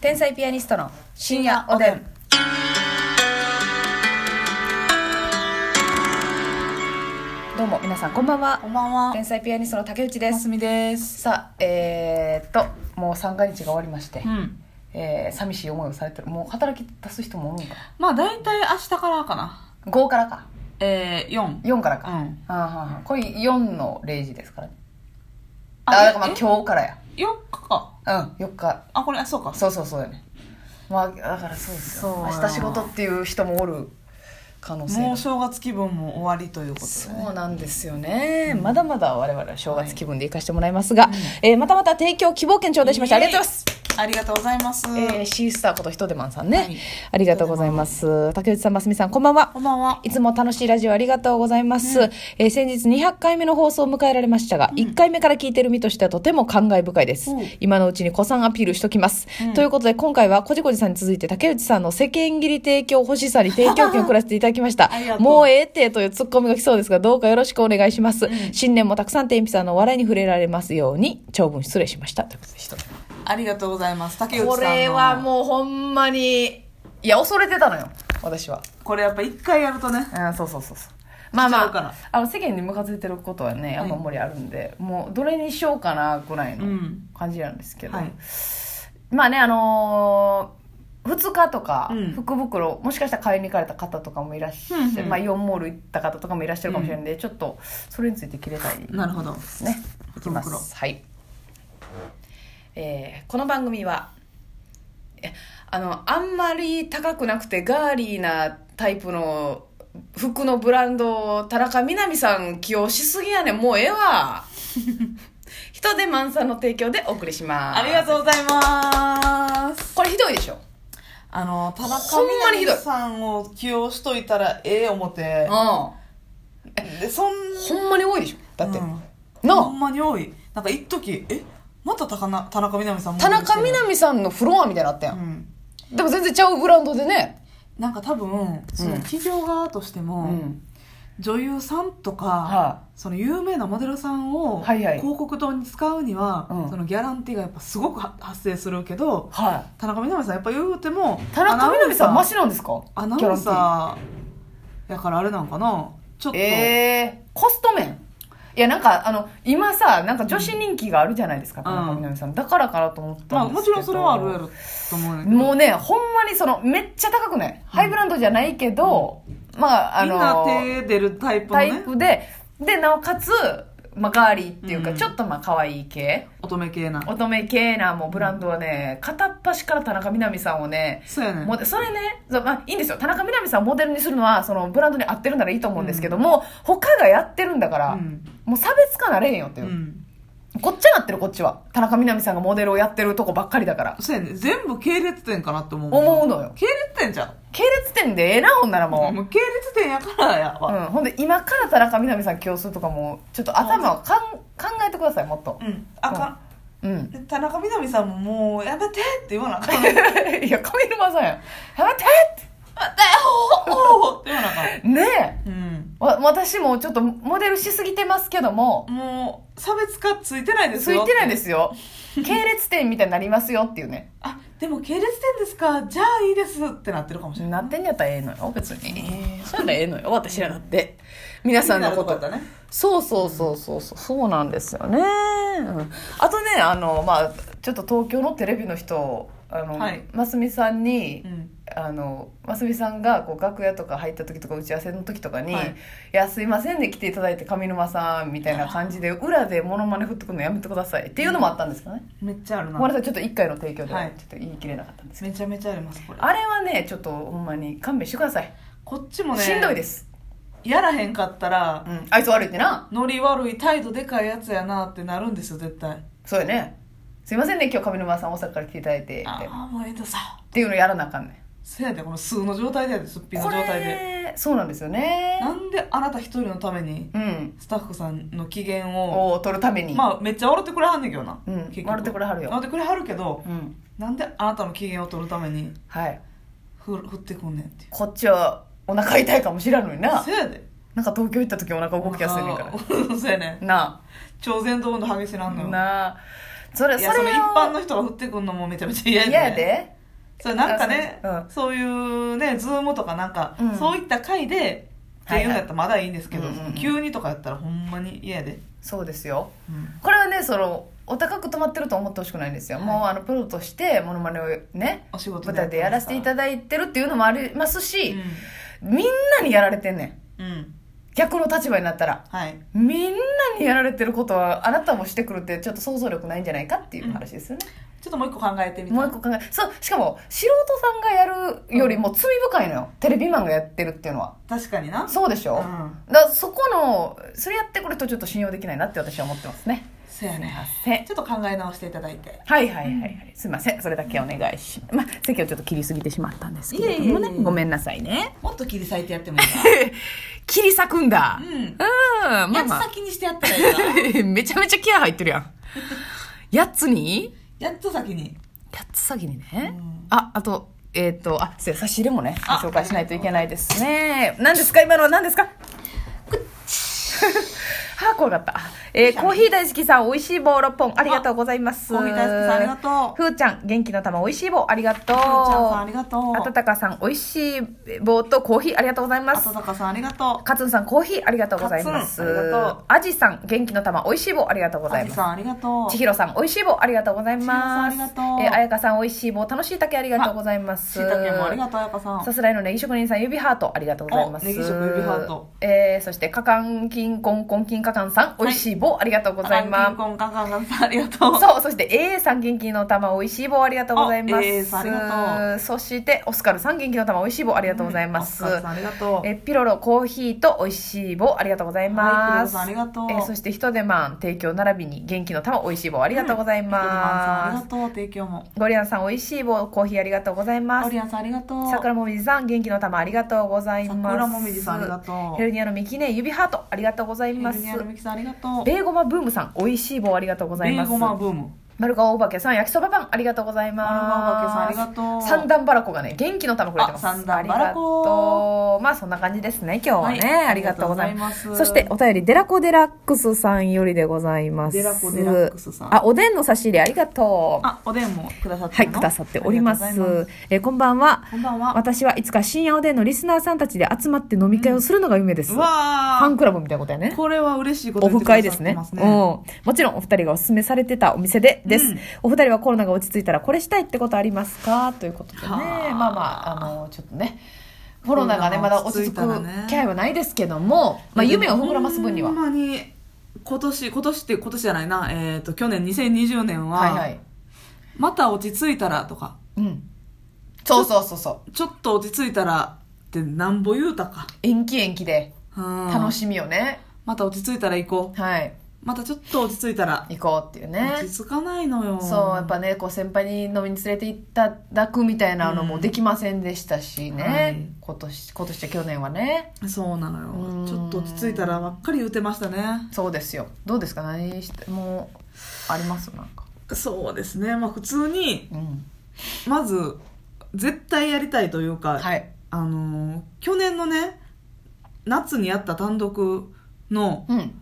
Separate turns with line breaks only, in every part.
天才ピアニストの深夜おでん。どうも皆さんこんばんは
こ。んばんは。
天才ピアニストの竹内で。
ますみです。
さあ、えー、っともう三が日が終わりまして、
うん。
えー寂しい思いをされてる。もう働き出す人もおるんか。
まあ大体明日からかな。
5からか、
えー、4。
4から
う
か。
ん。
あーはーはーこれ4の0時ですからね。あ、
あ
だからまあ
え
今日からや。
4日か。
うん、4日。
あ、これ、あ、そうか。
そうそうそうやね。まあだからそうですよ。
そう
明
や
日仕事っていう人もおる可能性が
もう正月気分も終わりということで、
そ
ね
う。なんですよね、まだまだ我々は正月気分で行かせてもらいますが、えーまたまた提供希望券頂戴しましたありがとうございます、
ます。ありがとうございます。
えーシースターことひとでまんさんね、
はい
ありがとうございます竹内さんますみさんこんばんは
こんばんは。
いつも楽しいラジオありがとうございます。えー先日200回目の放送を迎えられましたが、1回目から聞いてる身としてはとても感慨深いです。
うん
今のうちに子さんアピールしときます。ということで、今回はこじこじさんに続いて竹内さんの世間切り提供欲しさに提供権を送らせていただきました
ありが。とう
もうええってというツッコミが来そうですが、どうかよろしくお願いします。
ん
新年もたくさん天日さんの笑いに触れられますように、長文失礼しました。ということで、ひと
ありがとうございます。竹内さんの。
これはもうほんまに、いや、恐れてたのよ。私は。
これやっぱ一回やるとね。
あそうそうそうそうまあま
来ちゃうから
ああの世間に向かってることはね
は
山
い
盛りあるんで、もうどれにしようかなぐらいうの
ん。
感じなんですけど、
はい。
まあねあのー、2日とか
うん
福袋、もしかしたら買いに行かれた方とかもいらっしゃ
うんうん
まあ、イオンモール行った方とかもいらっしゃるかもしれないんで、ちょっとそれについて切れたい
なるほど。
ね。いきま
袋
す。はい。えーこの番組は、えあの、あんまり高くなくてガーリーなタイプの服のブランドを田中みな実さん起用しすぎやねん。もうええ わ。人で満さんの提供でお送りします。
ありがとう
う。
ございます。
これひどいでしょ。
あの、田中
ほんまにひ
み
ど
ない実さんを起用しといたらええ思て
うん。。ほ
で、そん
んまに多いでしょ。だって。
うん
な
ほんまに多いなんか一時えまた高な田中みな実さん
田中み
実
な実さんのフロアみたいになったや。
うんん
でも全然ちゃうブランドでね。
なんか多分その企業側として
う
も、。女優さんとか、
は
その有名なモデルさんを
はいはい
広告塔に使うには、
うん
そのギャランティーがやっぱすごくは発生するけど
はい。
田中みな実さんやっぱ言うても
田中みな実さんマシなんですか
アナウンサーやからあれなんかなちょっと、
ええー、コスト面いやなんかあの今さなんか女子人気があるじゃないですか、田中みな実さんだからかなと思ったんですけど、
まあ、もちろんそれはあるやろと思うねんだけど
もうねほんまにそのめっちゃ高くない、ハイブランドじゃないけど、まああ
みんな
の
手出るタイプの
タ
ね
イプででなおかつまあ、ガーリーっていうか、
うん
ちょっとまあ可愛い系
乙女系な
乙女系なもうブランドはね、片っ端から田中みな実さんをね
そうやねん
モデそれね、そうまあ、いいんですよ田中みな実さんをモデルにするのはそのブランドに合ってるならいいと思うんですけども、他がやってるんだから、
うん
もう差別化なれへんよっていうう、
ん
こっちはなってるこっちは田中みな実さんがモデルをやってるとこばっかりだから、
そうやね全部系列店かなって思う
思うのよ
系列店じゃん
系列店でええなほんならもう、う
も
ん
う系列店やからやわ
ほんで今から田中みな実さん起用するとかもちょっと頭をかん考えてくださいもっと
うん、あか
うん
ん田中みな実さんももうやめてって言わなあ かん
いや上沼さんやんやめて
おおって言わなあかん
ってねえ
うん
わ私もちょっとモデルしすぎてますけども
もう差別化ついてないです
つ
よ
いてないですすよ系列店みたいになりますよっていうね
あでも系列店ですかじゃあいいですってなってるかもしれない
なってんやったらええのよ別に、そんならええのよ私らだって皆さんのこ
気になる
と
だね
そうそうそうそうそうそうなんですよね、うんあとねあのまあちょっと東京のテレビの人あの、
はい
ますみさんに、
うん
あのますみさんがこう楽屋とか入った時とか打ち合わせの時とかに「、
はいい
やすいませんね来ていただいて上沼さん」みたいな感じで裏でモノマネ振ってくるのやめてくださいっていうのもあったんですけどね、
めっちゃあるな
ごめんなさいちょっと1回の提供では
はい
ちょっと言い切れなかったんですけど、
めちゃめちゃありますこれ
あれはねちょっとほんまに勘弁してください
こっちもね
しんどいです、
やらへんかったら
うん、愛想悪いってな
ノリ悪い態度でかいやつやなってなるんですよ絶対
そうよねすいませんね今日上沼さん大阪から来ていただいてみたいなっ
ああもうええとさ
ていうのやらなあかんね
せやでこの素の状態でやですっぴ
ん
んの
こ
状態で
れそうなんですよね
なんであなた一人のために
うん
スタッフさんの機嫌を
を取るために、
まあめっちゃ笑ってくれはんねんけどな、
うん
結局
笑ってくれはるよ
笑ってくれはるけど
うん
なんであなたの機嫌を取るために
はい
ふ振ってくんねんっていう
こっちはお腹痛いかもしらんのにな
せやで
なんか東京行っ た時お腹動きやすいねんから
らせやねん
な
超前と温度激しいな
あ
んのよ
なあそれ
い
そ
やその
れ
一
を
般の人が降ってくるのもめちゃめちゃ嫌やね
嫌やで
それなんかね、
あ
そういうねズームとかなんか、
うん
そういった回でっていうのやったらまだいいんですけど、
はいはいうんうんうん
急にとかやったらほんまに嫌やで、
そうですよ
うん
これはねそのお高く止まってると思ってほしくないんですよ、
はい
もうあのプロとしてモノマネをね
お仕事
舞台でやらせていた
だ
だいてるっていうのもあります
い
し、
て、
みんなにやられてんねん
うんうん
逆の立場になったら
はい
みんなにやられてることはあなたもしてくるってちょっと想像力ないんじゃないかっていう話ですよね、
ちょっともう一個考えてみて
もう一個考えそうしかも素人さんがやるよりも罪深いのよ、テレビマンがやってるっていうのは
確かにな
そうでしょ、
うん
だからそこのそれやってくるとちょっと信用できないなって私は思ってますね
そうや
すい
ね
ません
ちょっと考え直していただいて
はいはいはい、はいすいませんそれだけお願いします、まあ、席をちょっと切りすぎてしまったんですけれどもね
いえいえいえ
ごめんなさいね
もっと切り裂いてやってもいいか
切り裂くんだ
う
うん
ん
まあ
八
ま
つ
あ
先にしてやったらいいわ
めちゃめちゃケア入ってるや んやつに
やっと先に
やつ先にね、
うん
ああとえっ、とあそうや差し入れもね
あ
紹介しないといけないですね何ですか今のは何ですかは あ怖かった、えーコーヒー大好きさん美味しい棒6本ありがとうございます
コーヒー大好きさんありがとう
ふーちゃん元気の玉美味しい棒ありがとう
ふーちゃんさんありがとう
あたたかさん美味しい棒とコーヒーありがとうございます
あとかさんありがとう
かつんさんコーヒーありがとうございます
かつんありがとう
あじさん元気の玉美味しい棒ありがとうござ
あ
いま
じ
す
さんありがとう
ちひろさん、美味しい棒ありがとうございます。
ちひろさんありがとう
えー、あやかさん、美味しい棒、楽しい竹ありがとうございます。
しいたけもありがとうあやかさん
さすらいのネギ職人さん、指ハート、ありがとうございます。
おネギ職指ハート。
えー、そして、かかんきんこんこんきんかかんさん、美味しい棒、ありがとうござい
あら
ま
ピ
す。
ンコンカンカンカンさんありがと う
そう、そして、えーさん元気の玉、美味しい棒、ありがとうございます。
あ AA さんありが
そして、オスカルさん元気の玉、美味しい棒、ありがとうございます。
あスカルさんありがとう
えピロロコーヒーと美味しい棒ありがとうございます、
はいピロロさんありがとう
えそしてひとでまん提供並びに元気の玉美味しい棒ありがとうござい
うん
ま
ピ
す、
コルマンさんありがとう提供も
ゴリアンさん美味しい棒コーヒーありがとうございま
オ
す
リアンさんありがとう
桜もみじさん元気の玉ありがとうございます
桜もみじさんありがとう
ヘルニアのミキネ指ハートありがとうござい
ヘ
ま
ル
す
ニアのミキさんありがとう
ベーゴマブームさん美味しい棒ありがとうござい
ベ
ます
ーゴマブーム
マルカオおばけさん焼きそばパンありがとうございます
マルカオおばけさんありがとう
三段バラコがね元気の玉くれてます
あ三段
あ
バラコ
りがとうまあそんな感じですね今日はね、
はい
ありがとうございます
あり
そ
がとうございます
してお便りデラコデラックスさんよりでございます
デラコデラックスさん
あおでんの差し入れありがとう
あおでんもくださって
は
る
い
の
くださっております
あがとうござい
えーこんばんは
こんばんは
私はいつか深夜おでんのリスナーさんたちで集まって飲み会をするのが夢です、
う
ファン
わ
クラブみたいなことやね
ーこれは嬉しいこと
オ
言っ
フ
てくださ
会
っ
です
て
ね
ます
うん、もちろんお二人がおすすめされてたお店でです、
うん
お二人はコロナが落ち着いたらこれしたいってことありますかということでね
はあ
まあまああのちょっとねコロナがね
コ
ま
ロナ
だ
が
落
落
ち
ち着い
着
たらね
く気配はないですけども、まあ、夢を膨らます分には
ほんまに今年今年って今年じゃないなえっ、と去年2020年は、
はいはい
また落ち着いたらとか
うんそうそうそうそう
ちょっと落ち着いたらってなんぼ言うたか、
延期延期で
うん
楽しみをね、
また落ち着いたら行こ
はい、
うまたちょっと落ち着いたら
行こうっていうね
落ち着かないのよ
そうやっぱねこう先輩に飲みに連れて行っただくみたいなのもできませんでしたしね、
はい
今年今年と去年はね
そうな
う
の
ん
よちょっと落ち着いたらばっかり言うてましたね
そうですよどうですか何してもうありますなんか
そうですねまあ普通に
うん
まず絶対やりたいというか、
はい
あのー去年のね夏にやった単独の
うん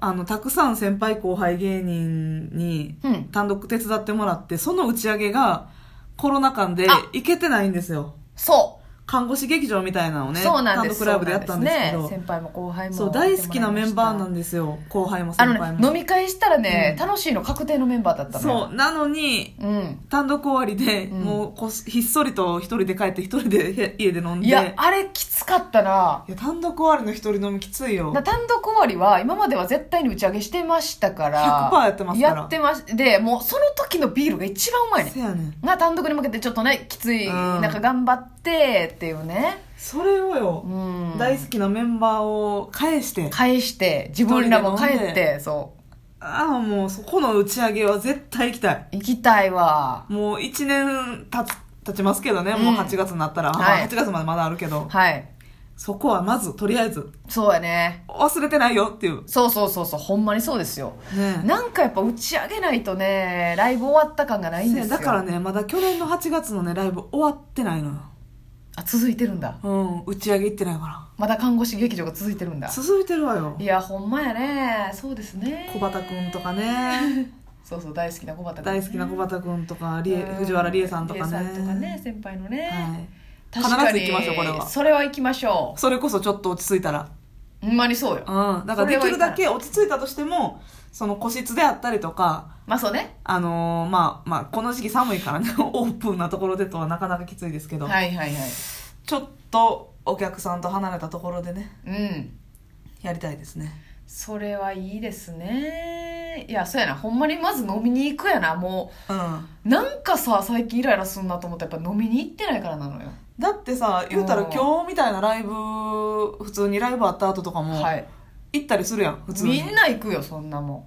あのたくさん先輩後輩芸人に
うん
単独手伝ってもらってその打ち上げがコロナ禍で
あ
行けてないんですよ
そ
看護師劇場みたいなのを
う、
ね
そうなんです
単独ライブでやったんですけ
そうなん
ど
ね、先輩も後輩も
そう大好きなメンバーなん
で
ですよ後輩も
あ
先
の
輩
ね
も
飲み会したらね、
う
楽しいの確定のメンバーだったのよ
そうなのに
うん
単独終わりで、
うん
もうこひっそりと一人で帰って一人で へ家で飲んで
いやあれきつかったない
や単独終わりの一人飲みきついよ
だ単独終わりは今までは絶対に打ち上げしてましたから
100%やってますから
やってましでもうその時のビールが一番うまいね
せやねん
が単独に向けてちょっとねきつい、
うん
なんか頑張ってっていうね、
それをよ
う、ん、
大好きなメンバーを返して
返して自分らも帰ってそ
ああもうそこの打ち上げは絶対行きたいう
行きたいわ
もう1年たつ経ちますけどね、
うん
もう8月になったら、まあ
はい
8月までまだあるけど
はい
そこはまずとりあえず
そうやね
忘れてないよっていう
そうそうそうそうほんまにそうですよ
ね
なんかやっぱ打ち上げないとねライブ終わった感がないんですよ
だからねまだ去年の8月のねライブ終わってないのよ
あ続いてるんだ
うん打ち上げ行ってないか
まだ看護師劇場が続いてるんだ
ら続いてるわよ
いやほんまやねそうですね
小畑くんとかね
そうそう大好きな小畑君
大好きな小畑君とか、りえ
うん
藤原理恵さんとかね
理恵さんとかね先輩のね、
はい、
確かに
必ず行きましょうこれは
それは行きましょ
それこそちょっと落ち着いたら
うほんまにそうよ
うんだからできるだけ落ち着いたとしてもその個室であったりとか
まあそうね
あのーまあまあこの時期寒いからね オープンなところでとはなかなかきついですけど、
はいはいはい
ちょっとお客さんと離れたところでね
うん
やりたいですね
それはいいですねいやそうやなほんまにまず飲みに行くやなも
うん
うなんかさ最近イライラすんなと思ったらやっぱ飲みに行ってないからなのよ
だってさ言うたら
うん
今日みたいなライブ普通にライブあった後とかも
はい
行ったりするやん普通に
みんな行くよそんなも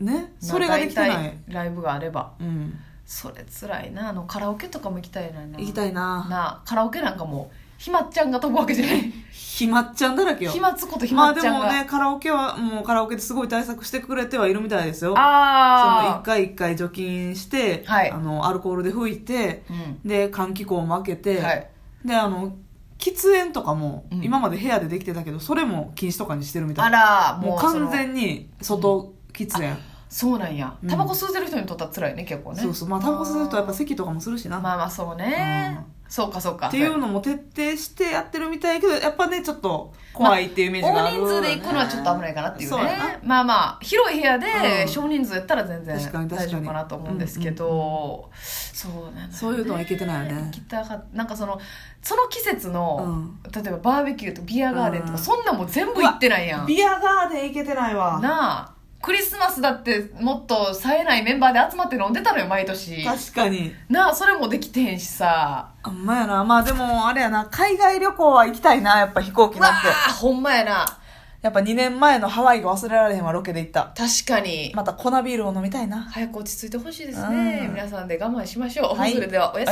ね
ん
それができて
まあ
な
大
い
体ライブがあれば
うん
それつらいなあのカラオケとかも行きたいな
行きたいな
なあカラオケなんかもうひまっちゃんが飛ぶわけじゃない
ひまっちゃんだらけよ
ひまつことひ
ま
ま
あ
っ
で
ちゃん
も
が、
ねカラオケはもうカラオケですごい対策してくれてはいるみたいですよその
ああ
一回一回除菌して、
はい
あのアルコールで拭いて
うん
で換気口も開けて、
はい
であの喫煙とかも、
うん
今まで部屋でできてたけどそれも禁止とかにしてるみた
あ
いな
らも
も
う
う
その
完全に外喫煙、
そうなんや
うん
タバコ吸うてる人にとったらつらいね結構ね
そうそうまあタバコ吸うとやっぱ咳とかもするしな、
まあまあそうね、そうかそうか
っていうのも徹底してやってるみたいけどやっぱねちょっと怖いっていうイメージがあ
大
る、
人数で行くのはちょっと危ないかなっていうね
そうやな
まあまあ広い部屋
う
で
ん
少人数やったら全然
確かに確か
大
に
丈夫かなと思うんですけど、そうなのよね
そういうのはいけてないよね
行きたかったなんかそのその季節の、
うん
例えばバーベキューとビアガーデンとか、
うん
そんなんもう全部行ってないやん
ビアガーデン行けてないわ
なあクリスマスだってもっと冴えないメンバーで集まって飲んでたのよ毎年
確かに
なあそれもできてへんしさ
あんまやなまあでもあれやな海外旅行は行きたいなやっぱ飛行機
うわ
なんて
あほんまやな
やっぱ2年前のハワイが忘れられへんわロケで行った
確かに
また粉ビールを飲みたいな
早く落ち着いてほしいですね、
うん
皆さんで我慢しましょう、
はい
それではおやすみなさい